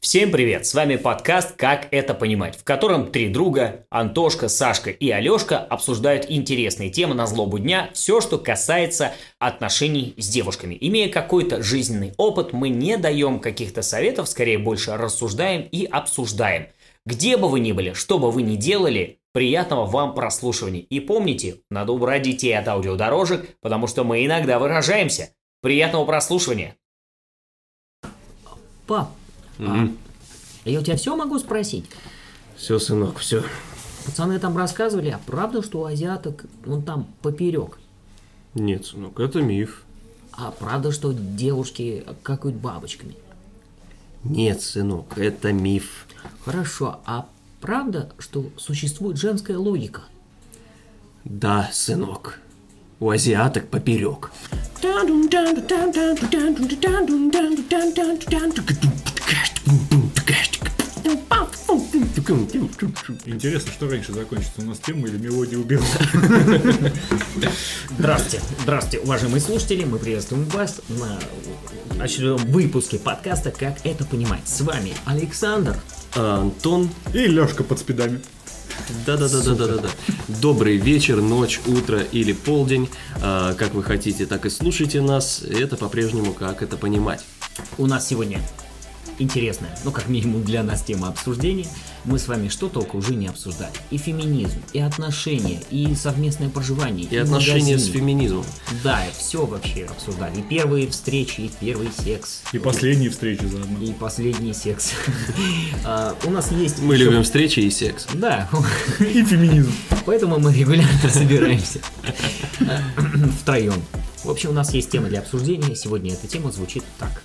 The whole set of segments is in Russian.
Всем привет! С вами подкаст «Как это понимать», в котором три друга, Антошка, Сашка и Алешка обсуждают интересные темы на злобу дня, все, что касается отношений с девушками. Имея какой-то жизненный опыт, мы не даем каких-то советов, скорее больше рассуждаем и обсуждаем. Где бы вы ни были, что бы вы ни делали, приятного вам прослушивания. И помните, надо убрать детей от аудиодорожек, потому что мы иногда выражаемся. Приятного прослушивания! Пап, а, я у тебя все могу спросить? Все, сынок, все. Пацаны там рассказывали, а правда, что у азиаток он там поперек? Нет, сынок, это миф. А правда, что девушки какают бабочками? Нет, сынок, это миф. Хорошо, а правда, что существует женская логика? Да, сынок. У азиаток поперек. Интересно, что раньше закончится, у нас тема или мелодия убила? Здравствуйте, здравствуйте, уважаемые слушатели, мы приветствуем вас на очередном выпуске подкаста «Как это понимать». С вами Александр. Антон. И Лешка под спидами. Да-да-да-да-да-да. Добрый вечер, ночь, утро или полдень. А, Как вы хотите, так и слушайте нас. Это по-прежнему как это понимать. У нас сегодня интересная, ну как минимум для нас тема обсуждения. Мы с вами что только уже не обсуждали. И феминизм, и отношения, и совместное проживание, И отношения с магазин. феминизмом. Да, все вообще обсуждали. И первые встречи, и первый секс. И последние встречи заодно. И последний секс. А, У нас есть... Мы ещё- любим встречи и секс. Да, И феминизм. Поэтому мы регулярно собираемся втроем. В общем, у нас есть тема для обсуждения. Сегодня эта тема звучит так.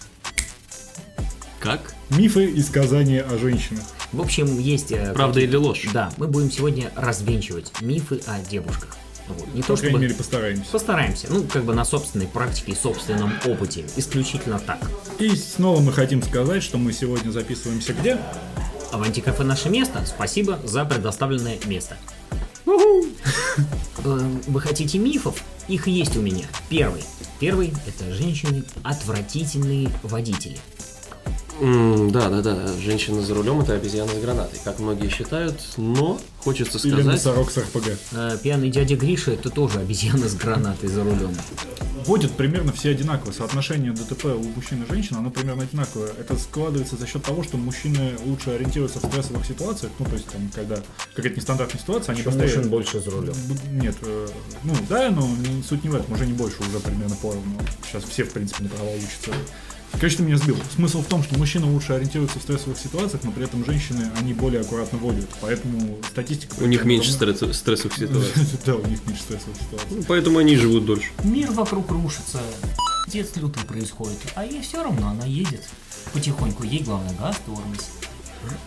Как? Мифы и сказания о женщинах. В общем, есть... э, Правда или ложь? Да, мы будем сегодня развенчивать мифы о девушках. Вот. Не то По крайней чтобы... мере, постараемся. Постараемся, ну, как бы на собственной практике и собственном опыте. Исключительно так. И снова мы хотим сказать, что мы сегодня записываемся где? А в антикафе наше место. Спасибо за предоставленное место. Э, Вы хотите мифов? Их есть у меня. Первый. Первый – это женщины отвратительные водители. М, Да, да, да. Женщина за рулем это обезьяна с гранатой, как многие считают, но хочется Или сказать. носорог с РПГ. Э, Пьяный дядя Гриша – это тоже обезьяна с гранатой за рулем. Будет примерно все одинаковые. Соотношение ДТП у мужчин и женщин, оно примерно одинаковое. Это складывается за счет того, что мужчины лучше ориентируются в стрессовых ситуациях. Ну, то есть, там, когда какая-то нестандартная ситуация, они быстрее... больше за рулем. Б- Нет, э, ну да, но не- суть не в этом, уже не больше, уже примерно поровну. Сейчас все, в принципе, на права учатся. Короче, ты меня сбил. Смысл в том, что мужчины лучше ориентируются в стрессовых ситуациях, но при этом женщины, они более аккуратно водят. Поэтому статистика... У них примерно меньше равна- стресс- стрессовых ситуаций. Да, у них меньше стрессовых ситуаций. Ну, Поэтому они и живут дольше. Мир вокруг рушится, пиздец лютый происходит, а ей все равно, она едет потихоньку, ей главное газ тормоз.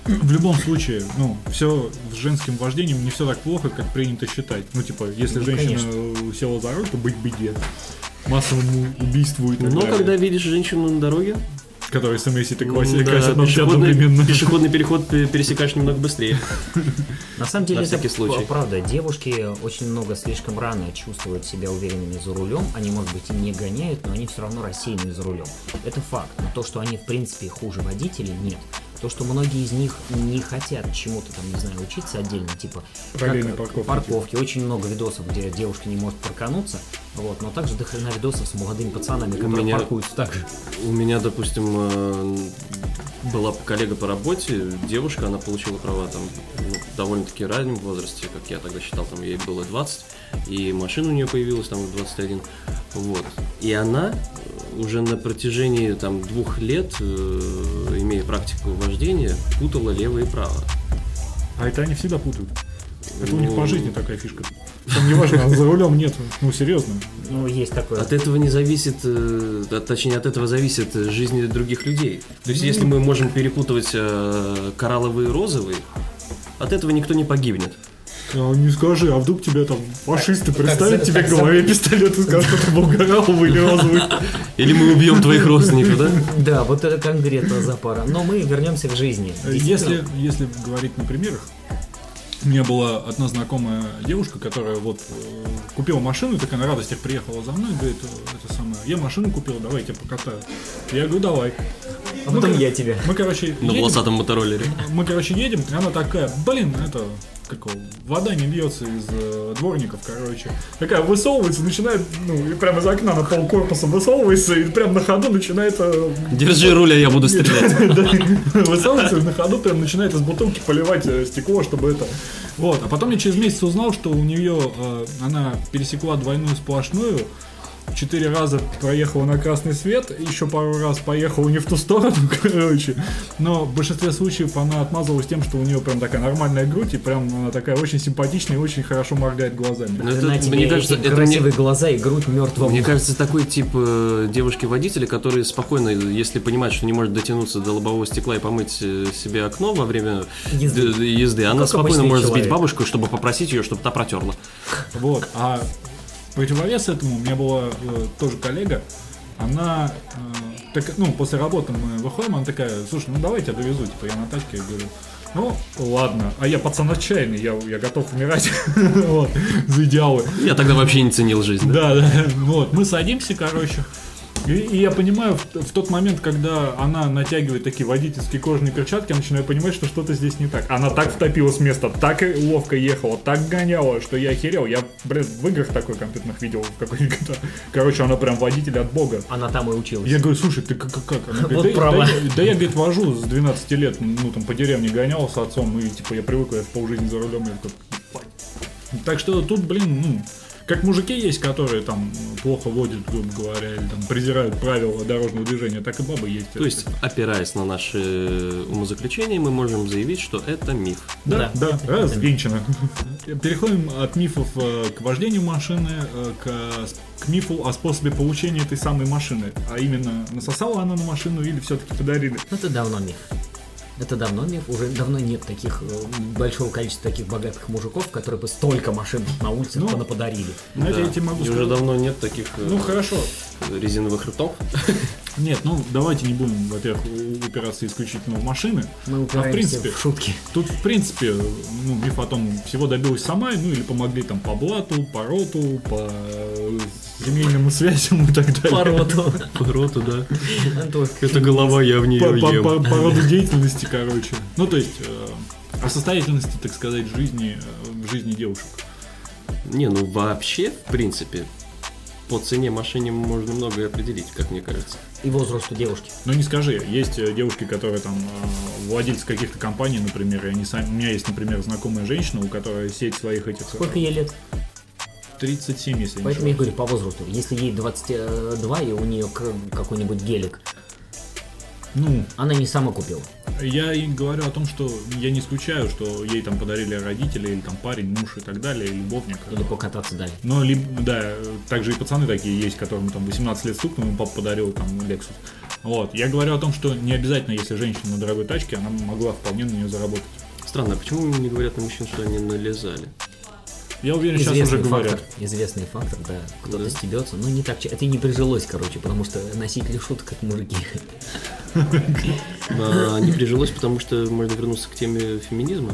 В любом случае, ну, все с женским вождением не все так плохо, как принято считать. Ну, типа, если Ну, женщина э, села за руль, то быть беде. Массовому убийству и так Ну, Но далее. когда видишь женщину на дороге, Который смс-ит и м, квасит, да, катит нам пешеходный, одновременно. пешеходный переход пе- пересекаешь немного быстрее. На самом деле, На это всякий случай. п- правда. Девушки очень много слишком рано чувствуют себя уверенными за рулем. Они, может быть, и не гоняют, но они все равно рассеяны за рулем. Это факт. Но то, что они, в принципе, хуже водителей, нет. То, что многие из них не хотят чему-то там, не знаю, учиться отдельно, типа как, Параллельной э, парковки, парковки. Очень много видосов, где девушка не может паркануться. Вот, но также до хрена видосов с молодыми пацанами, которые меня- паркуются так же. У меня, допустим, э, была коллега по работе, девушка, она получила права там ну, довольно-таки в раннем возрасте, как я тогда считал, там ей было 20, и машина у нее появилась там в 21, вот. И она э, уже на протяжении там двух лет, э, имея практику вождения, путала лево и право. А это они всегда путают. Это у них Ну, по жизни такая фишка. Там не важно, а за рулем нет. Ну, серьезно. Ну, есть такое. От этого не зависит, э, а, точнее, от этого зависит э, жизнь других людей. То есть, если мы можем перепутывать э, коралловые и розовые, от этого никто не погибнет. А, Не скажи, а вдруг тебя там фашисты представят за- тебе так в голове пистолет и скажут, что ты был гораловый или розовый. Или мы убьем твоих родственников, да? Да, вот это конкретно запара. Но мы вернемся к жизни. Э, Если, если говорить на примерах, у меня была одна знакомая девушка, которая вот э, купила машину, и такая на радостях приехала за мной, говорит, «Э, это самое, я машину купила, давай я тебя покатаю. Я говорю, давай. А мы, Потом кор- я тебе. Мы, короче, На едем, волосатом мотороллере. мы, короче, едем, и она такая, блин, это, как его, вода не льется из э, дворников, короче. Такая высовывается, начинает, ну, и прямо из окна на пол корпуса высовывается, и прям на ходу начинает э, Держи руля, я буду стрелять. высовывается и на ходу, прям начинает из бутылки поливать э, стекло, чтобы это... Вот, а потом я через месяц узнал, что у нее, э, она пересекла двойную сплошную, четыре раза проехала на красный свет, еще пару раз поехала не в ту сторону, короче. Но в большинстве случаев она отмазывалась тем, что у нее прям такая нормальная грудь, и прям она такая очень симпатичная и очень хорошо моргает глазами. Ну, это, На мне тебе кажется, эти это красивые мне, глаза и грудь мертвого. мне кажется, такой тип э, девушки-водителя, который спокойно, если понимает, что не может дотянуться до лобового стекла и помыть э, себе окно во время Езды. Ну, д- езды, она как спокойно обычный может сбить человек. бабушку, чтобы попросить ее, чтобы та протерла. Вот. А в противовес этому у меня была э, тоже коллега. Она, э, так, ну, после работы мы выходим, она такая, слушай, ну давай я тебя довезу, типа, я на тачке, я говорю, ну, ладно, а я пацан отчаянный, я, я готов умирать, вот, за идеалы. Я тогда вообще не ценил жизнь. да. Да, да. Вот, мы садимся, короче. И, и я понимаю, в, в тот момент, когда она натягивает такие водительские кожаные перчатки, я начинаю понимать, что что-то здесь не так. Она так втопила с места, так и ловко ехала, так гоняла, что я охерел. Я, блин, в играх такой компьютерных видел в какой-нибудь GTA. Короче, она прям водитель от бога. Она там и училась. Я говорю, слушай, ты как? как- как? Она говорит, Вот да, я- права. да я- да я, говорит, вожу с 12 лет, ну, там, по деревне гонял с отцом, и, типа, я привык, я в полжизни за рулем, я такой, «Ебать». Так что тут, блин, ну, как мужики есть, которые там плохо водят, грубо говоря, или там презирают правила дорожного движения, так и бабы есть. То есть, опираясь на наши э, умозаключения, мы можем заявить, что это миф. Да, да, развенчано. Переходим от мифов э, к вождению машины, э, к, э, с- к мифу о способе получения этой самой машины. А именно, насосала она на машину или все-таки подарили? Ну, Это давно миф. Это давно миф, уже давно нет таких э, большого количества таких богатых мужиков, которые бы столько машин на улице Ну, подарили. Знаете, я Да. тебе могу И сказать. уже давно нет таких э, Ну хорошо. резиновых ртов. Нет, ну давайте не будем, во-первых, у- упираться исключительно в машины. Мы а в упираемся в, принципе, шутки. тут в принципе, ну, миф о том, всего добилась сама, ну или помогли там по блату, по роту, по э, земельным связям и так далее. Пороту. Роту, да. Антон, Это голова, я в По, нее по- по- по роду деятельности, короче. Ну то есть, э, о состоятельности, так сказать, жизни, э, в жизни девушек. Не, ну вообще, в принципе, по цене машине можно многое определить, как мне кажется. И возрасту девушки. Ну не скажи, есть э, девушки, которые там э, владельцы каких-то компаний, например, и они сами. У меня есть, например, знакомая женщина, у которой сеть своих этих. э, Сколько ей лет? 37, если я не Поэтому я ошибаюсь. говорю по возрасту. Если ей 22 и у нее к- какой-нибудь гелик, Ну, она не сама купила. Я и говорю о том, что я не исключаю, что ей там подарили родители, или там парень, муж и так далее, или любовник. Или покататься дали. Но, либо, да, э, также и пацаны такие есть, которым там 18 лет стукнуло, ему папа подарил там Lexus. Вот, я говорю о том, что не обязательно, если женщина на дорогой тачке, она могла вполне на нее заработать. Странно, а почему не говорят на мужчин, что они налезали? Я уверен, сейчас Известный уже фактор, говорят. известный фактор, да. Кто-то Да. стебется, но не так. ча- Это не прижилось, короче, потому что носители шуток, как мужики. А, не прижилось, потому что можно вернуться к теме феминизма.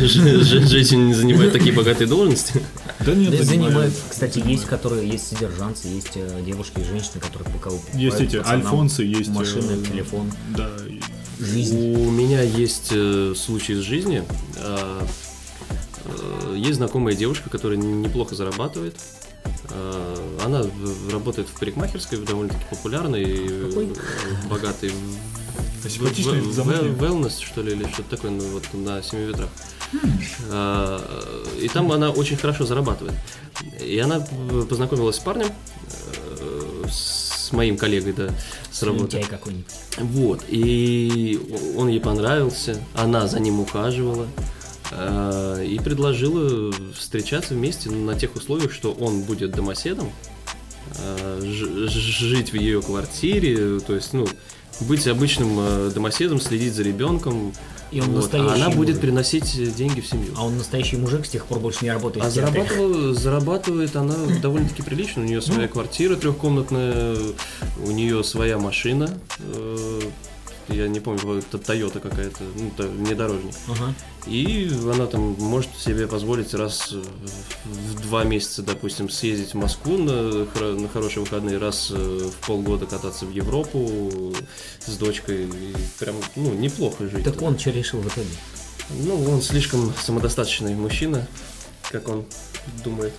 Ж- ж- Женщины не занимают такие богатые должности. Да нет, Да и это не занимают, важно. кстати, есть, которые есть содержанцы, есть э, девушки и женщины, которые пока Есть эти альфонсы, есть... э, машины, телефон, Да, и- жизнь. У меня есть э, случай из жизни. А, э, Есть знакомая девушка, которая неплохо зарабатывает. А, Она в- работает в парикмахерской, довольно-таки популярной, э, богатой. В- симпатичная, в- в- замужняя? в- Wellness, что ли, или что-то такое, ну, вот на семи ветрах. А, И там она очень хорошо зарабатывает. И она э, познакомилась с парнем, э, с моим коллегой, да, с работы. Лентяй какой-нибудь. Вот, и он ей понравился, она за ним ухаживала э, и предложила встречаться вместе ну, на тех условиях, что он будет домоседом, э, ж- ж- жить в ее квартире, то есть, ну, быть обычным э, домоседом, следить за ребенком, И он Вот, а настоящий она будет мужик. приносить э, деньги в семью. А он настоящий мужик, с тех пор больше не работает. А с лентой. зарабатывала- зарабатывает она довольно-таки прилично. У нее Ну. своя квартира трехкомнатная, у нее своя машина. э, я не помню, это Toyota какая-то, ну, то- внедорожник. Ага. И она там может себе позволить раз в- в два месяца, допустим, съездить в Москву на, хоро- на хорошие выходные, раз э, в полгода кататься в Европу с дочкой. И прям, ну, неплохо жить. Так он что решил в итоге? Ну, он слишком самодостаточный мужчина, как он думает.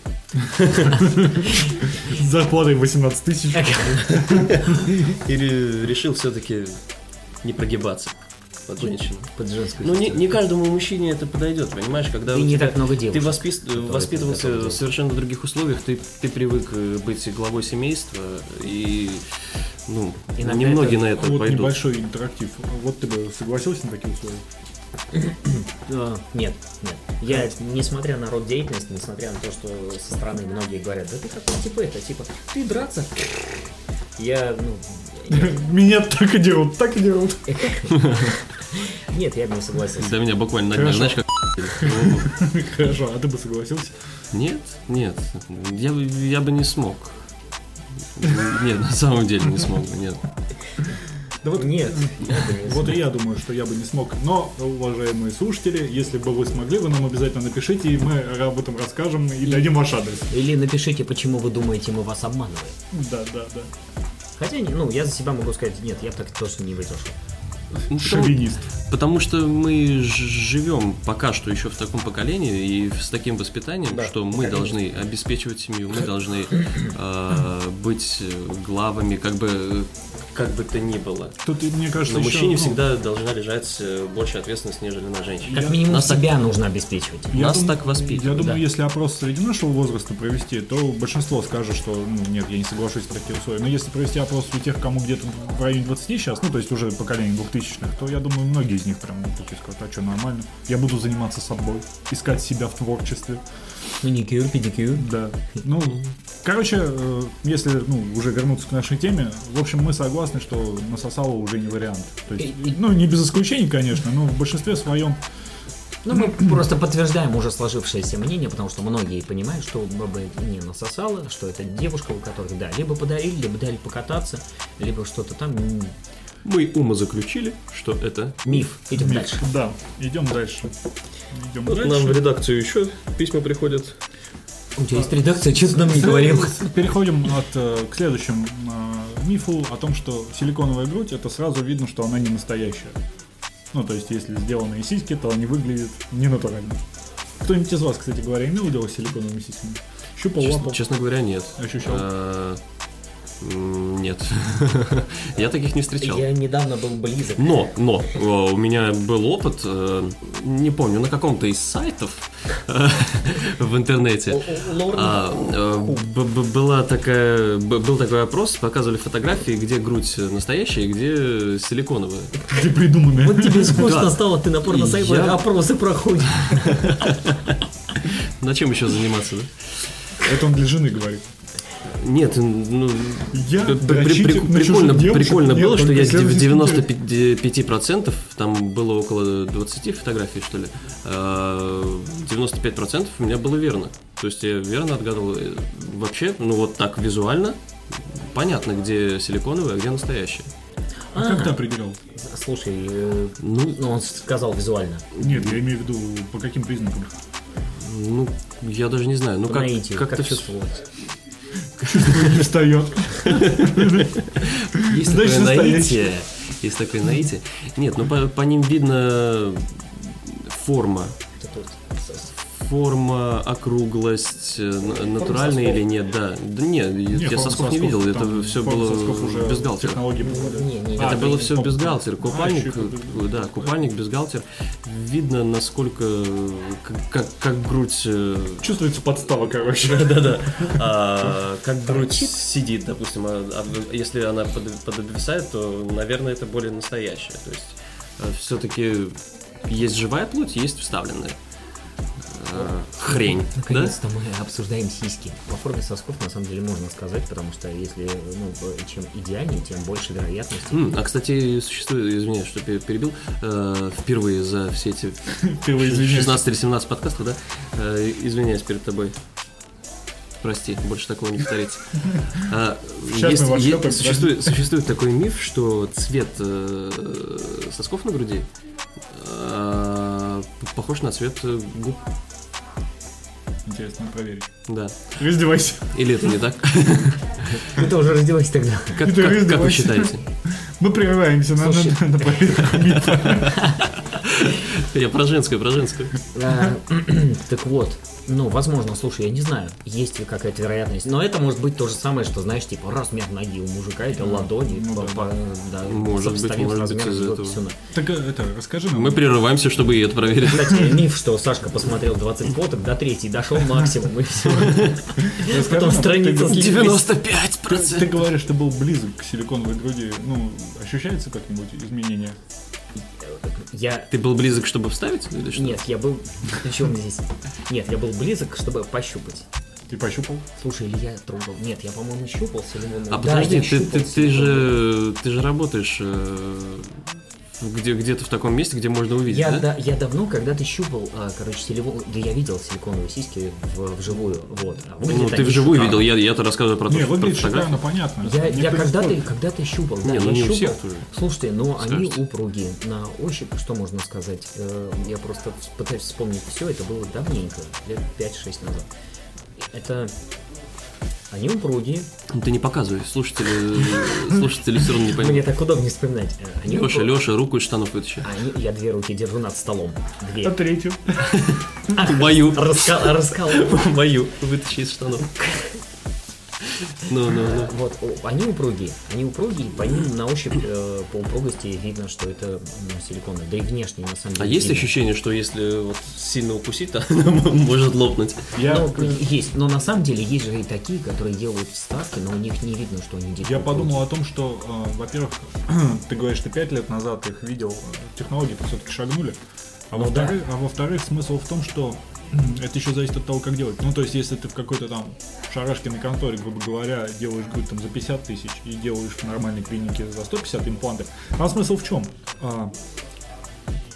С зарплатой 18 тысяч. Или решил все-таки не прогибаться под женщину. Под женскую Ну, не, стену. не каждому мужчине это подойдет, понимаешь, когда И у не тебя- так много Ты девушек. воспис- воспитывался готовы в делать. совершенно других условиях, ты, ты привык э, быть главой семейства, и ну, Иногда немногие это- на это Вот пойдут. небольшой интерактив. Вот ты бы согласился на такие условия? А, Нет, нет. Я, несмотря на род деятельности, несмотря на то, что со стороны многие говорят, да ты какой типа это, типа, ты драться. Я, ну, нет, Меня так и дерут, так и дерут. нет, я бы не согласился. До меня буквально на днях, Хорошо. знаешь, как Ну, Хорошо, а ты бы согласился? Нет, нет, я, бы- я бы не смог. Нет, на самом деле не смог бы, нет. Да вот Нет, я бы не Вот и смог. я думаю, что я бы не смог. Но, уважаемые слушатели, если бы вы смогли, вы нам обязательно напишите, и мы об этом расскажем и дадим ваш адрес. Или напишите, почему вы думаете, мы вас обманываем. Да, да, да. Хотя, не- ну, я за себя могу сказать, нет, я бы так точно не выдержал. Ну, потому- Шовинист. Потому что мы ж- живем пока что еще в таком поколении и с таким воспитанием, что мы должны обеспечивать семью, мы должны э, быть э, главами, как бы как бы то ни было. Тут, мне кажется, На еще, мужчине ну, всегда должна лежать э, больше ответственность, нежели на женщине. Как минимум Нас так- себя нужно обеспечивать. я Нас дум- так воспитывают, Я думаю, да. если опрос среди нашего возраста провести, то большинство скажет, что ну, нет, я не соглашусь с такие условия. Но если провести опрос у тех, кому где-то в районе 20 сейчас, ну то есть уже поколение 2000-х, то я думаю, многие из них прям ну, такие скажут, а что, нормально? Я буду заниматься собой, искать себя в творчестве. Маникюр, Ну, педикюр. Да. Ну, короче, э, если ну, уже вернуться к нашей теме, в общем, мы согласны, что насосало уже не вариант. То есть, ну, не без исключений, конечно, но в большинстве своем Ну, мы просто подтверждаем уже сложившееся мнение, потому что многие понимают, что баба не насосала, что это девушка, у которой, да, либо подарили, либо дали покататься, либо что-то там. М, Мы ума заключили, что это. Миф. Идем дальше. Да, идем дальше. Идем Вот нам в дальше. редакцию еще письма приходят. У тебя есть редакция, что ты нам не говорил? Переходим от, э, к следующему э, мифу о том, что силиконовая грудь, это сразу видно, что она не настоящая. Ну, то есть, если сделанные сиськи, то они выглядят не натурально. Кто-нибудь из вас, кстати говоря, имел дело с силиконовыми сиськами? Щупал, Честно, лапал, честно говоря, нет. ощущал? Э, м, Нет. Я таких не встречал. Я недавно был близок. Но, но, э, у меня был опыт, э, не помню, на каком-то из сайтов э, в интернете. Лорна. А, э, б- б- была такая, б- был такой опрос, показывали фотографии, где грудь настоящая, и где силиконовая. Ты придуманная. Вот тебе скучно Да. стало, ты на порносайтах Я- опросы проходишь. На чем еще заниматься, да? Это он для жены говорит. Нет, ну, Я при- при- дрочить при- на чужих прикольно, девушек прикольно не было, что только я с следующий неделе. 95%, э, там было около 20 фотографий, что ли, э, 95% у меня было верно. То есть я верно отгадывал. Э, Вообще, ну вот так визуально, понятно, где силиконовая, а где настоящая. А как ты определял? Слушай, э, Ну, ну он сказал визуально. Нет, я имею в виду, по каким признакам? ну я даже не знаю. Ну, По как, наитию, как, как ты все... чувствовалось? Не встает. Есть Значит, такое настоящее. наитие. Есть такое наитие. Нет, ну по, по ним видно форма. Это вот Форма, округлость, э, на- натуральная или нет, да. Да нет, я форм сосков не видел, это там все форм было сосков уже без галтера. Технологии позволяют. Не, не, А, Это было ну, все ну, без галтера. а, Купальник, ещё это- э, да, купальник, бюстгальтер. Видно, насколько, э, как, как- как грудь э, Чувствуется подстава, короче. Да-да. А, Как грудь сидит, допустим, а- а если она под- подвисает, то, наверное, это более настоящее. То есть все-таки Э, есть живая плоть, есть вставленная. Э, Хрень, да? Наконец-то мы обсуждаем сиськи. По форме сосков на самом деле можно сказать, потому что если ну, э, чем идеальнее, тем больше вероятности. М, А, кстати, существует, извиняюсь, что пе- перебил, э, впервые за все эти Ты его извиняешься. 16 или 17 подкастов, да? Э, извиняюсь перед тобой. прости, больше такого не повторится. А, Сейчас есть- мы вас е- шлепаем, существует, существует такой миф, что цвет э, сосков на груди э, п- похож на цвет э, губ. Интересно, надо проверить. Да. Раздевайся. Или это не так? Ты тоже родилась тогда. Как, как- Это как вы раздевайся. считаете? Мы прерываемся, нам Слушай. надо, надо проверку мифа. Я про женскую, про женскую. А, Так вот, ну, возможно, слушай, я не знаю, есть ли какая-то вероятность, но это может быть то же самое, что, знаешь, типа, размер ноги у мужика, это ладони, ну по- да. по- да, Может быть, сопоставим может с размером быть, из-за его этого. писюна. Так э, это, расскажи нам. Мы прерываемся, чтобы и это проверить. Кстати, миф, что Сашка посмотрел 20 фоток, до третьей дошел максимум, и все. Расскажи Потом нам, страница ты- 95%! ты, ты говоришь, ты был близок к силиконовой груди. Ну, ощущается как-нибудь изменение? Я Ты был близок, чтобы вставить? Или что? Нет, я был... Причем здесь? Нет, я был близок, чтобы пощупать. Ты пощупал? Слушай, или я трогал? Нет, я, по-моему, щупал силиконовую. Да, А подожди, я ты, ты- щупал ты силиконовую. же, ты же работаешь э, где, где-то в таком месте, где можно увидеть, Я, да? да- я давно когда-то щупал, а, короче, силикон... Да я видел силиконовые сиськи в- вживую, вот. А Ну, выглядят ты они вживую шикарно. видел, я, я-то рассказываю про то, Не, что про выглядит фотографии. шикарно, ну понятно. Я, я Никто не когда-то, спорит. когда-то щупал, да, Не, ну я не у щупал. всех тоже. Слушайте, но они Скажете. упругие. На ощупь, что можно сказать? Э, Я просто вс- пытаюсь вспомнить все, это было давненько, лет 5-6 назад. Это... Они упругие. Ну, Ты не показывай, слушатели, слушатели все равно не Мне поймут. так удобнее вспоминать. Э, Они Леша, упруг- Леша, руку из штанов вытащи. Они- я две руки держу над столом. А Две. третью? А, Бою. Раскал, раскал. Бою. Вытащи из штанов. Ну, ну, ну. Вот, о, они упругие, они упругие, по ним на ощупь э, по упругости видно, что это ну, силиконовые, да и внешне на самом А деле. есть видно. ощущение, что если вот сильно укусить, то она может лопнуть? Я, Ну, есть, но на самом деле есть же и такие, которые делают вставки, но у них не видно, что они делают. я подумал о том, что, э, во-первых, ты говоришь, ты пять лет назад их видел, э, технологии-то все-таки шагнули. А во-вторых, а во-вторых, смысл в том, что это еще зависит от того, как делать. Ну, то есть, если ты в какой-то там шарашкиной конторе, грубо говоря, делаешь грудь там за 50 тысяч и делаешь в нормальной клинике за 150 имплантов, а смысл в чем? А,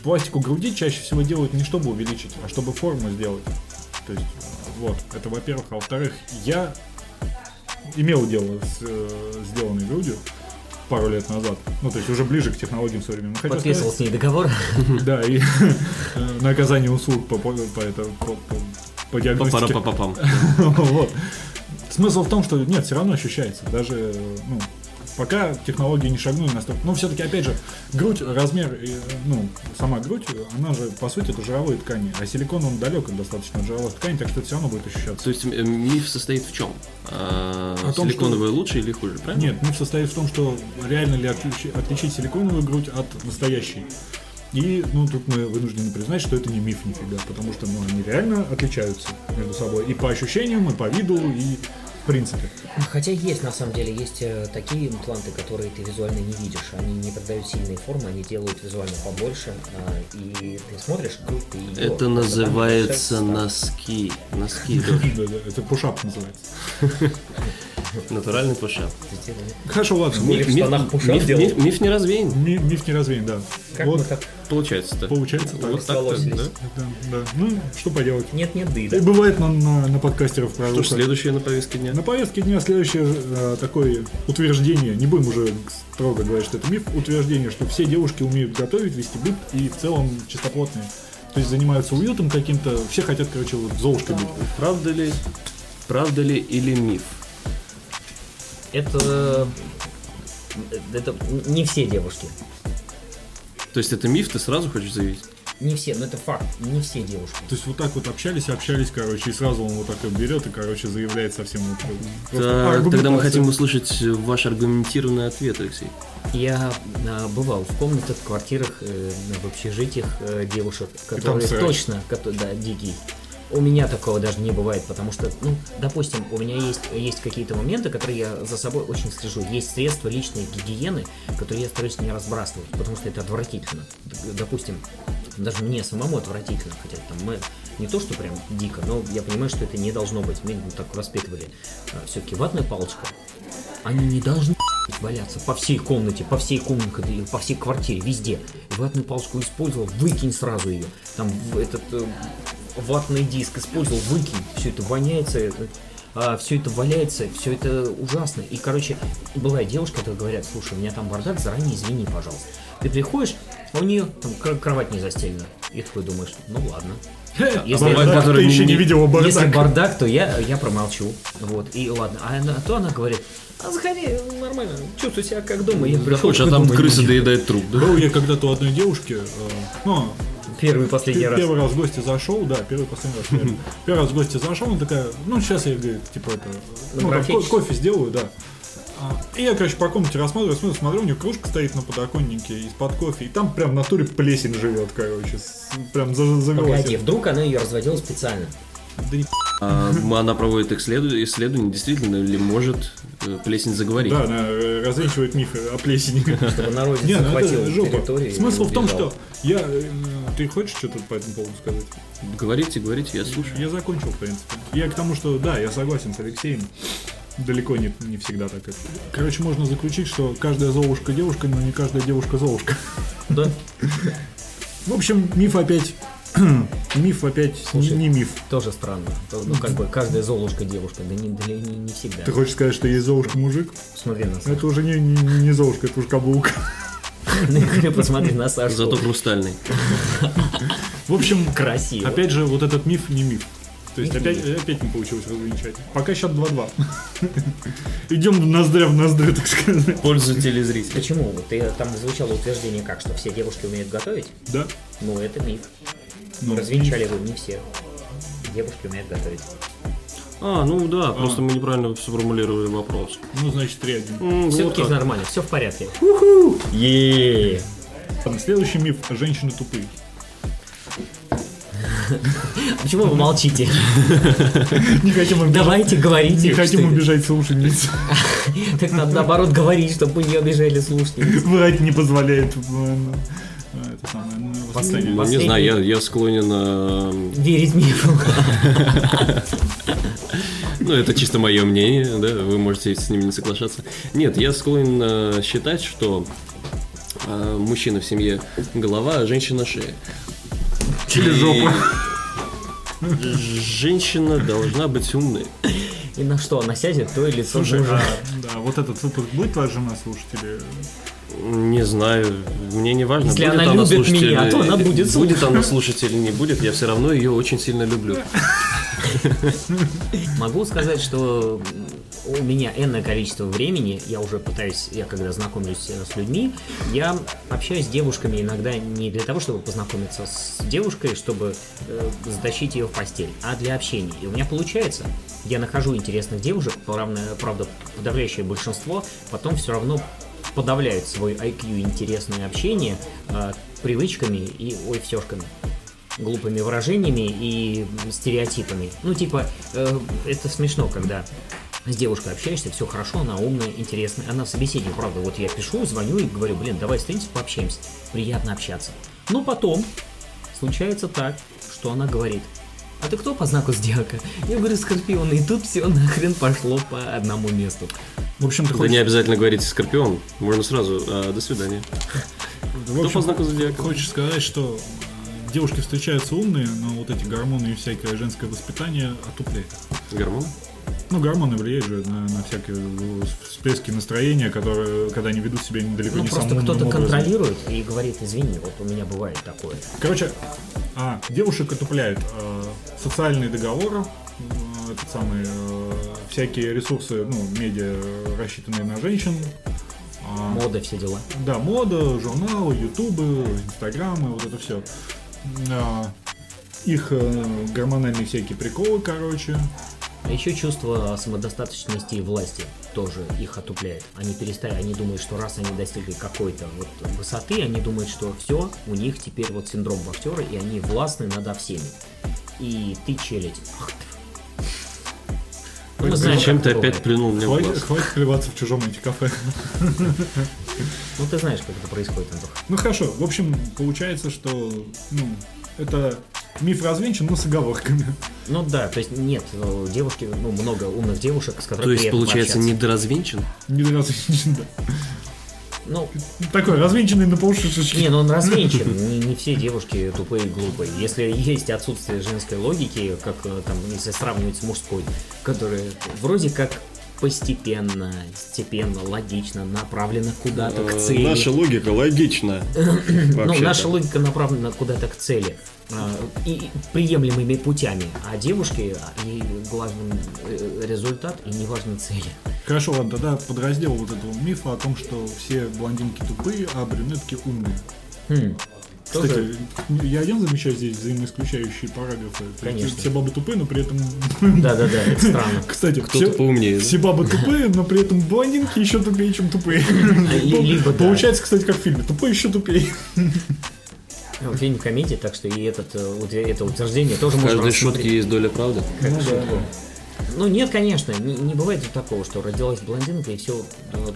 пластику груди чаще всего делают не чтобы увеличить, а чтобы форму сделать. То есть, э, вот, это во-первых. А во-вторых, я имел дело с э, сделанной грудью пару лет назад. Ну, то есть уже ближе к технологиям современных. Хотел Подписывал с ней договор. сказать, Да, и э, на оказание услуг по, по, по, это- по- по- по диагностике. Папарапапапам. Вот. Смысл в том, что нет, все равно ощущается. Даже, э, ну, пока технологии не шагнули настолько. Но все-таки, опять же, грудь, размер, э, ну, сама грудь, она же, по сути, это жировые ткани. А силикон, он далек от достаточно от жировых тканей, так что все равно будет ощущаться. То есть э, миф состоит в чем? О том, Силиконовые лучше или хуже, правильно? Нет, миф состоит в том, что реально ли отличи- отличить силиконовую грудь от настоящей. И, ну, тут мы вынуждены признать, что это не миф нифига, потому что, ну, они реально отличаются между собой и по ощущениям, и по виду, и в принципе. Хотя есть, на самом деле, есть э, такие импланты, которые ты визуально не видишь. Они не придают сильные формы, они делают визуально побольше. а, И ты смотришь, грудь ты её- Это там называется ощущается, да. носки. Носки, Да-да, Это пушап называется. Натуральный пушап. Хорошо, ладно. Или в штанах пушап делал. Миф не развеян. Ми- миф не развеян, да. Как мы вот, так? Получается-то. Получается так. Вот Удалось так-то, да? лезть. да, да. Ну, что поделать. Нет, нет, да и да. И бывает на, на, на подкастеров Что ж, прорвутся. следующее на повестке дня. На повестке дня следующее э, такое утверждение, не будем уже строго говорить, что это миф, утверждение, что все девушки умеют готовить, вести быт и в целом чистоплотные. То есть занимаются уютом каким-то, все хотят, короче, вот Золушкой быть. Правда ли? Правда ли или миф? Это... э, Это не все девушки. То есть это миф, ты сразу хочешь заявить? Не все, но это факт. Не все девушки. То есть вот так вот общались, общались, короче, и сразу он вот так и берет и, короче, заявляет совсем вот, э, просто Да, тогда мы аргументация. хотим услышать э, ваш аргументированный ответ, Алексей. Я а, бывал в комнатах, в квартирах, э, в общежитиях э, девушек, которые срач. точно, кото- да, дикий. У меня такого даже не бывает, потому что, ну, допустим, у меня есть, есть какие-то моменты, которые я за собой очень стрижу. Есть средства личной гигиены, которые я стараюсь не разбрасывать, потому что это отвратительно. Д- Допустим, даже мне самому отвратительно, хотя там мы не то, что прям дико, но я понимаю, что это не должно быть. Меня ну, так воспитывали. Все-таки ватная палочка, они не должны валяться по всей комнате, по всей комнате, по всей квартире, везде. Ватную палочку использовал, выкинь сразу ее. Там в- этот э, ватный диск использовал, выкинь. Все это воняется. это. все это валяется, все это ужасно. И, короче, была девушка, которые говорят, слушай, у меня там бардак, заранее извини, пожалуйста. Ты приходишь, а у нее там кр- кровать не застелена. И ты такой думаешь, ну ладно. А Если бардак это- ты еще не видел если бардак. бардак, то я, я промолчу. Вот, и ладно. А она- то она говорит, а заходи, нормально, чувствуй себя как дома. Я пришел, Хочешь, а там крыса доедает труп, да? Был я когда-то у одной девушки, э, ну, Первый и последний пе- раз. первый раз в гости зашел, да, первый и последний раз. наверное. Первый раз в гости зашел, она такая, ну, сейчас я, говорит, типа это, ну, там, ко- Графически. кофе сделаю, да. А, И я, короче, по комнате рассматриваю, смотрю, смотрю, у нее кружка стоит на подоконнике из-под кофе, и там прям в натуре плесень живет, короче, с- прям за- завелась. Погоди, вдруг она ее разводила специально. Да и А, м, она проводит исследу- исследование, действительно ли может э, плесень заговорить. Да, она э, развенчивает мифы о плесени. Чтобы народ Не, ну захватил это жопа. территорию. и Смысл в том, убежал. что я... э, Ты хочешь что-то по этому поводу сказать? Говорите, говорите, я слушаю. Я закончил, в принципе. Я к тому, что да, я согласен с Алексеем. Далеко не, не всегда так. это. Короче, можно заключить, что каждая золушка девушка, но не каждая девушка золушка. Да. В общем, миф опять... миф опять Слушай. не миф. Тоже странно. То- Ну, как бы, каждая золушка девушка, да не, да не, не всегда. Ты хочешь сказать, что есть золушка-мужик? Посмотри на Сашу. Это уже не, не, не золушка, это уже каблук. Посмотри на Сашу. Зато хрустальный. В общем, красиво. опять же, вот этот миф не миф. То есть Миф не опять, опять не получилось развенчать. Пока счет 2-2. Идем ноздря в ноздрю, так сказать. Пользователи зрители. Почему? Вот Ты, там звучало утверждение как, что все девушки умеют готовить? Да? Ну, это миф. Ну, Развенчали вы не все. Девушки умеют готовить. А, ну да, просто мы неправильно сформулировали вопрос. Ну, значит, 3-1. М, вот Все-таки так. нормально, все в порядке. Ладно, Следующий миф. Женщины тупые. Почему вы молчите? Не хотим обижать. Давайте говорите. Не хотим что- убежать слушательниц. Так надо наоборот говорить, чтобы мы не обижали слушателей. Врать не позволяет. э, э, Это самое. ну, Ну, воспитание. Не Последний. знаю, я, я склонен... э, Верить мифу. Ну, это чисто мое мнение, да, вы можете с ним не соглашаться. Нет, я склонен э, считать, что э, мужчина в семье голова, а женщина шея. Или жопа. Женщина должна быть умной. И на что она сядет, то и лицо Слушай, мужа. а, да, вот этот выпуск будет твоя жена слушать или... Не знаю, мне не важно, Если будет она любит слушать меня, или- то она будет Будет она слушать или не будет, я все равно ее очень сильно люблю. Могу сказать, что м, у меня энное количество времени, я уже пытаюсь, я когда знакомлюсь э, с людьми, я общаюсь с девушками иногда не для того, чтобы познакомиться с девушкой, чтобы э, затащить ее в постель, а для общения. И у меня получается, я нахожу интересных девушек, правда, правда, подавляющее большинство потом все равно подавляют свой IQ интересное общение э, привычками и ой всешками глупыми выражениями и стереотипами. Ну, типа, э, это смешно, когда с девушкой общаешься, все хорошо, она умная, интересная, она собеседник, правда. Вот я пишу, звоню и говорю, блин, давай встретимся, пообщаемся, приятно общаться. Но потом случается так, что она говорит, а ты кто по знаку зодиака? Я говорю, Скорпион, и тут все нахрен пошло по одному месту. В общем, ты Да не хочешь, обязательно говорить скорпион, можно сразу «А, до свидания. в Кто по общем, знаку зодиака? хочешь сказать, что э, девушки встречаются умные, но вот эти гормоны и всякое женское воспитание отупляет. Гормон? Ну, гормоны влияют же на, на всякие э, всплески настроения, которые, когда они ведут себя недалеко Ну, не просто самым кто-то умным образом. контролирует и говорит, извини, вот у меня бывает такое. Короче, а, девушек отупляют э, социальные договоры, э, этот самый, э, всякие ресурсы, ну, медиа, э, рассчитанные на женщин. а, Мода, все дела. да, мода, журналы, ютубы, инстаграмы, вот это все. их э, гормональные всякие приколы, короче. А еще чувство самодостаточности и власти тоже их отупляет. Они перестали, они думают, что раз они достигли какой-то вот высоты, они думают, что все, у них теперь вот синдром боксера, и они властны надо всеми. И ты челядь. Ах ты. Ну, мы знаем, Зачем как ты это опять бывает. плюнул мне в Хватит, глаз? хватит плеваться в чужом антикафе. Ну ты знаешь, как это происходит, Антох. Ну хорошо, в общем, получается, что ну, это миф развенчан, но с оговорками. Ну да, то есть нет, ну, девушки, ну много умных девушек, с которыми То есть, приятно получается, пообщаться. недоразвенчан? Не развенчан, да. Ну, Такой, развинченный на полшишечки. не, ну он развенчан. Не, не все девушки тупые и глупые. Если есть отсутствие женской логики, как э, там, если сравнивать с мужской, которая вроде как постепенно, степенно, логично направлена куда-то Э, к цели. Э, Наша логика логична. Ну, Вообще-то. наша логика направлена куда-то к цели. а, И и приемлемыми путями. А девушки, а, ей главный э, результат и неважно цели. Хорошо, ладно, тогда подраздел вот этого мифа о том, что все блондинки тупые, а брюнетки умные. Хм, Кстати, тоже- я один замечаю здесь взаимоисключающие параграфы. То есть Конечно. Все бабы тупые, но при этом... Да-да-да, это странно. Кстати, Кто-то все, поумнее. все бабы тупые, но при этом блондинки еще тупее, чем тупые. ли- либо да. Получается, кстати, как в фильме. Тупые еще тупее. Ну, Фильм комедия, так что и этот, э, вот это утверждение тоже В можно каждой рассмотреть. шутке есть доля правды. Ну нет, конечно, не, не бывает же такого, что родилась блондинка и все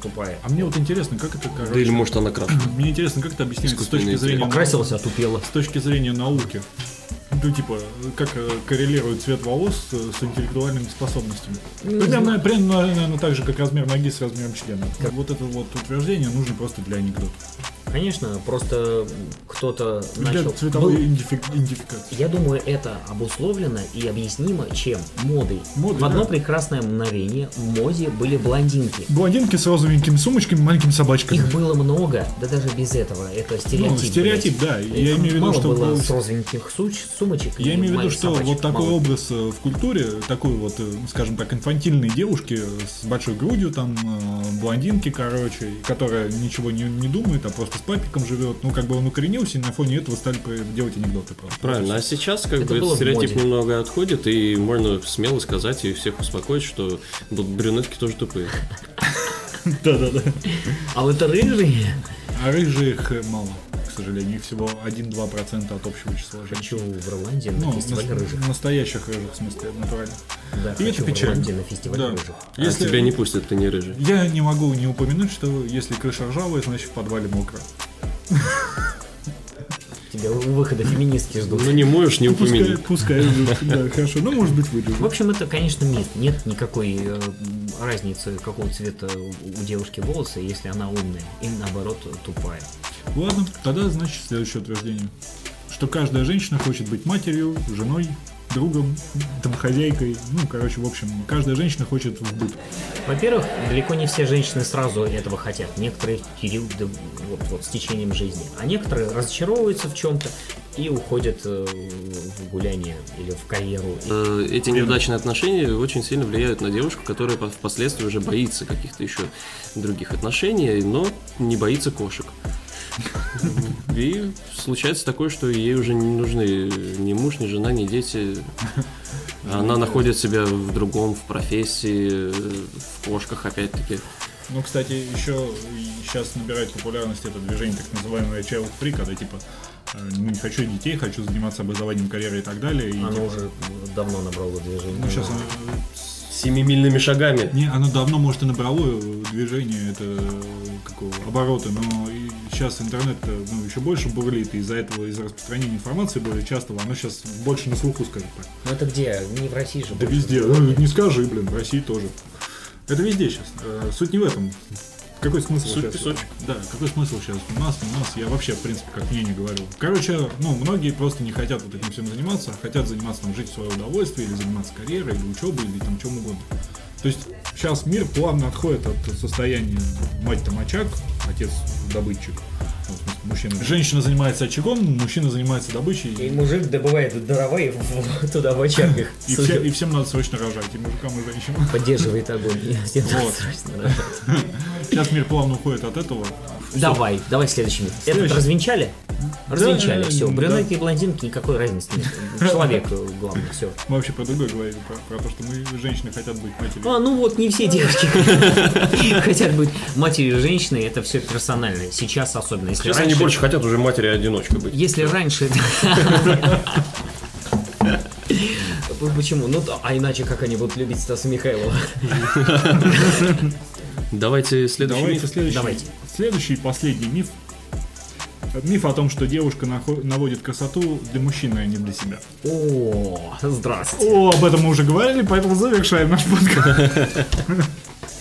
тупая. А мне вот интересно, как это, Да или короче... может она краше. Мне интересно, как это объясняется с точки Искусственный зрения... Покрасилась, отупела. с точки зрения науки. Ну, типа, как э, коррелирует цвет волос э, с интеллектуальными способностями. Ну, Примерно, примерно, наверное, так же, как размер ноги с размером члена. Вот это вот утверждение нужно просто для анекдота. Конечно, просто кто-то Для начал... цветовой был- идентифи- идентификации. Я думаю, это обусловлено и объяснимо чем? Модой. Модой, В одно да. прекрасное мгновение в моде были блондинки. Блондинки с розовенькими сумочками, маленькими собачками. Их было много, да даже без этого. Это стереотип. Ну, блядь. стереотип, да. Я Их имею в виду, мало что было был- с розовеньких суч- сумочек. Я и имею в виду, маленьких что собачек. вот такой Мало. образ э, в культуре, такой вот, э, скажем так, инфантильной девушки э, с большой грудью, там, э, блондинки, короче, и которая ничего не, не думает, а просто с папиком живет, ну, как бы он укоренился, и на фоне этого стали про- делать анекдоты просто. Правильно, а сейчас как Это бы было в этот стереотип моде. немного отходит, и можно смело сказать и всех успокоить, что б- брюнетки тоже тупые. Да-да-да. А вот это рыжие. А рыжих э, мало, к сожалению, их всего 1-2% от общего числа женщин. Хочу в Ирландии на Ну, фестиваль нас- рыжих. настоящих рыжих, в смысле, натуральных. Да, И хочу это в печально. Ирландии на фестиваль Да. рыжих. А тебя не пустят, ты не рыжий. Я не могу не упомянуть, что если крыша ржавая, значит в подвале мокро. Тебя у выхода феминистки ждут. Ну не можешь не Пускай, упомянуть. пускай, да, хорошо. Ну, может быть, вырежу. В общем, это, конечно, миф. Нет никакой э, м, разницы, какого цвета у у девушки волосы, если она умная, и наоборот тупая. Ладно, тогда, значит, следующее утверждение. Что каждая женщина хочет быть матерью, женой, другом, домохозяйкой. Ну, короче, в общем, каждая женщина хочет в быт. Во-первых, далеко не все женщины сразу этого хотят. Некоторые периоды вот, вот, с течением жизни. А некоторые разочаровываются в чем-то и уходят э, в гуляние или в карьеру. И- Э, Эти неудачные отношения очень сильно влияют на девушку, которая по- впоследствии уже боится каких-то еще других отношений, но не боится кошек. И случается такое, что ей уже не нужны ни муж, ни жена, ни дети. Она находит себя в другом, в профессии, в кошках опять-таки. Ну, кстати, еще сейчас набирает популярность это движение, так называемое child free, когда типа э, ну, не хочу детей, хочу заниматься образованием, карьерой и так далее. И, Она типа, уже давно набрала движение. ну, сейчас оно, Семимильными шагами. не, оно давно, может, и набрало э, движение, это э, какого, обороты, но и сейчас интернет э, ну, еще больше бурлит, и из-за этого, из-за распространения информации более частого, оно сейчас больше на слуху, скажем так. Ну это где? Не в России же. Да больше. везде. Ну, не скажи, блин, в России тоже. Это везде сейчас. Суть не в этом. Какой смысл Суть сейчас? песочек. Да, какой смысл сейчас? У нас, у нас, я вообще, в принципе, как мне не говорю. Короче, ну, многие просто не хотят вот этим всем заниматься, а хотят заниматься, там, жить в свое удовольствие, или заниматься карьерой, или учебой, или там чем угодно. То есть сейчас мир плавно отходит от состояния мать там очаг, отец добытчик. Ну, в смысле, мужчина. Женщина занимается очагом, мужчина занимается добычей. И мужик добывает дрова и в- туда в очаг их И, сует. все- и всем надо срочно рожать, и мужикам, и женщинам. Поддерживает огонь. И всем Вот. страшно, да. Сейчас мир плавно уходит от этого. Давай, давай следующий миф. Этот Следующий. развенчали? Развенчали, э, все. да. Брюнетки и блондинки, никакой разницы нет. Человек э, главное, все. Мы вообще про другое говорили, про, про то, что мы женщины хотят быть матерью. А, ну вот, не все девочки хотят быть матерью женщины, это все персонально. Сейчас особенно. Если Сейчас они раньше- больше хотят уже матери-одиночкой быть. Если раньше... Почему? Ну, да, а иначе как они будут любить Стаса Михайлова? Давайте следующий Давайте миф. следующий. Давайте. Следующий и последний миф. Миф о том, что девушка нахо- наводит красоту для мужчины, а не для себя. О, здравствуйте. О, об этом мы уже говорили, поэтому завершаем наш подкаст.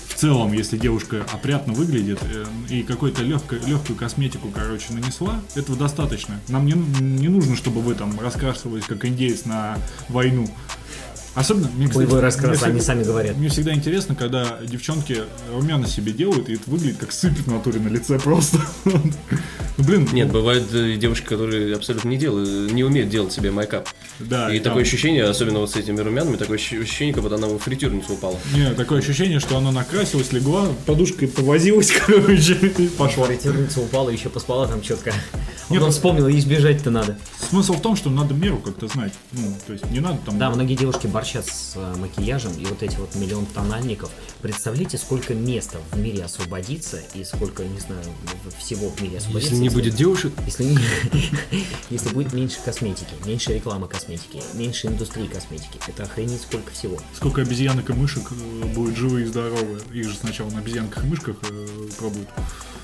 В целом, если девушка опрятно выглядит э, и какую-то легкую, легкую косметику, короче, нанесла, этого достаточно. Нам не, не нужно, чтобы вы там раскрашивались, как индеец на войну. Особенно, мне, кстати, Боевой мне раскрас, всегда- они сами говорят. мне всегда интересно, когда девчонки румяна себе делают, и это выглядит как сыпь в натуре на лице просто. Ну, Блин, Нет, бывают э, девушки, которые абсолютно не делают, не умеют делать себе майкап. А, да, И там- такое ощущение, особенно вот с этими румянами, такое ощу- ощущение, как будто она в фритюрницу упала. Не, такое ощущение, что она накрасилась, легла, подушкой повозилась, короче, и пошла. Ретирница упала, еще поспала там четко. Он Нет, ну- вспомнил, и избежать-то надо. Смысл в том, что надо меру как-то знать. Ну, то есть не надо там... Да, многие девушки борщат с э, макияжем, и вот эти вот миллион тональников. Представляете, сколько места в мире освободится, и сколько, не знаю, в- всего в мире освободится. Если не будет девушек, Если, не- если будет меньше косметики, меньше рекламы косметики, меньше индустрии косметики, это охренеть сколько всего. Сколько обезьянок и мышек э, будет живы и здоровы. Их же сначала на обезьянках и мышках э, пробуют.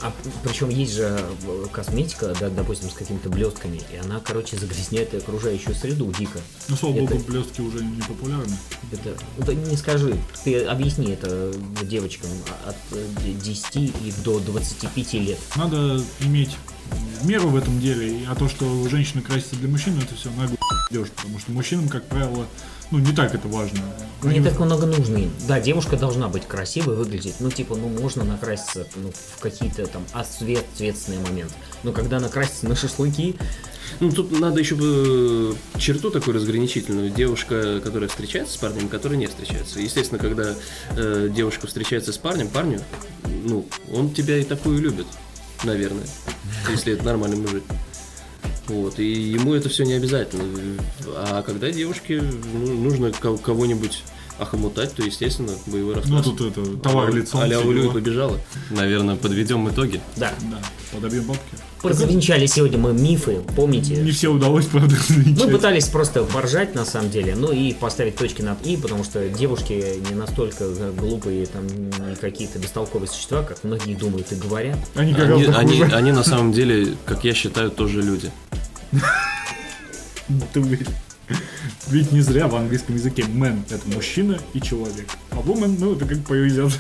А причем есть же э, косметика, да, допустим, с какими-то блестками, и она, короче, загрязняет и окружающую среду дико. Ну, слава Это- богу, блестки уже не популярны. Это- ну, да не скажи, ты объясни это девочкам от э, 10 и до 25 лет. Надо иметь меру в этом деле, и- а то, что женщина красится для мужчин, это все нагло идешь, потому что мужчинам, как правило, ну, не так это важно. Не Они- так много нужно им. Да, девушка должна быть красивой, выглядеть. Ну, типа, ну, можно накраситься ну, в какие-то там ответ, ответственные моменты. Но когда она красится на шашлыки, ну тут надо еще бы э, черту такую разграничительную. Девушка, которая встречается с парнем, которая не встречается. Естественно, когда э, девушка встречается с парнем, парню, ну, он тебя и такую любит, наверное. Если это нормальный мужик. Вот, и ему это все не обязательно. А когда девушке ну, нужно ко- кого-нибудь охомутать, то, естественно, боевой рассказ. Ну, тут это, товар лицом. А, Аля все Улю и дела. побежала. Наверное, подведем итоги. да. Да, подобьем бабки. Развенчали сегодня мы мифы, помните? Не все удалось, правда, Мы замечать. пытались просто поржать, на самом деле, ну и поставить точки над «и», потому что девушки не настолько глупые, там, не какие-то бестолковые существа, как многие думают и говорят. Они как Они, раз так они, уже. они на самом деле, как я считаю, тоже люди. Ты уверен? Ведь не зря в английском языке man – это мужчина и человек. А woman – ну, это как повезет.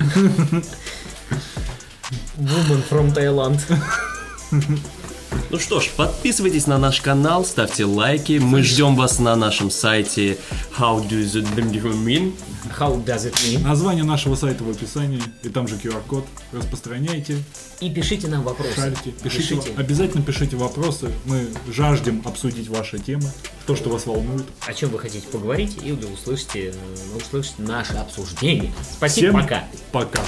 Woman from Thailand. Ну что ж, подписывайтесь на наш канал, ставьте лайки. Мы ждем вас на нашем сайте How do you mean? How does it mean? Название нашего сайта в описании, и там же QR-код. Распространяйте, И пишите нам вопросы. шарите, пишите. Обязательно пишите вопросы. Мы жаждем обсудить ваши темы, то, что вас волнует. О чем вы хотите поговорить, или услышите, э, услышите наше обсуждение. Спасибо, Всем пока. пока.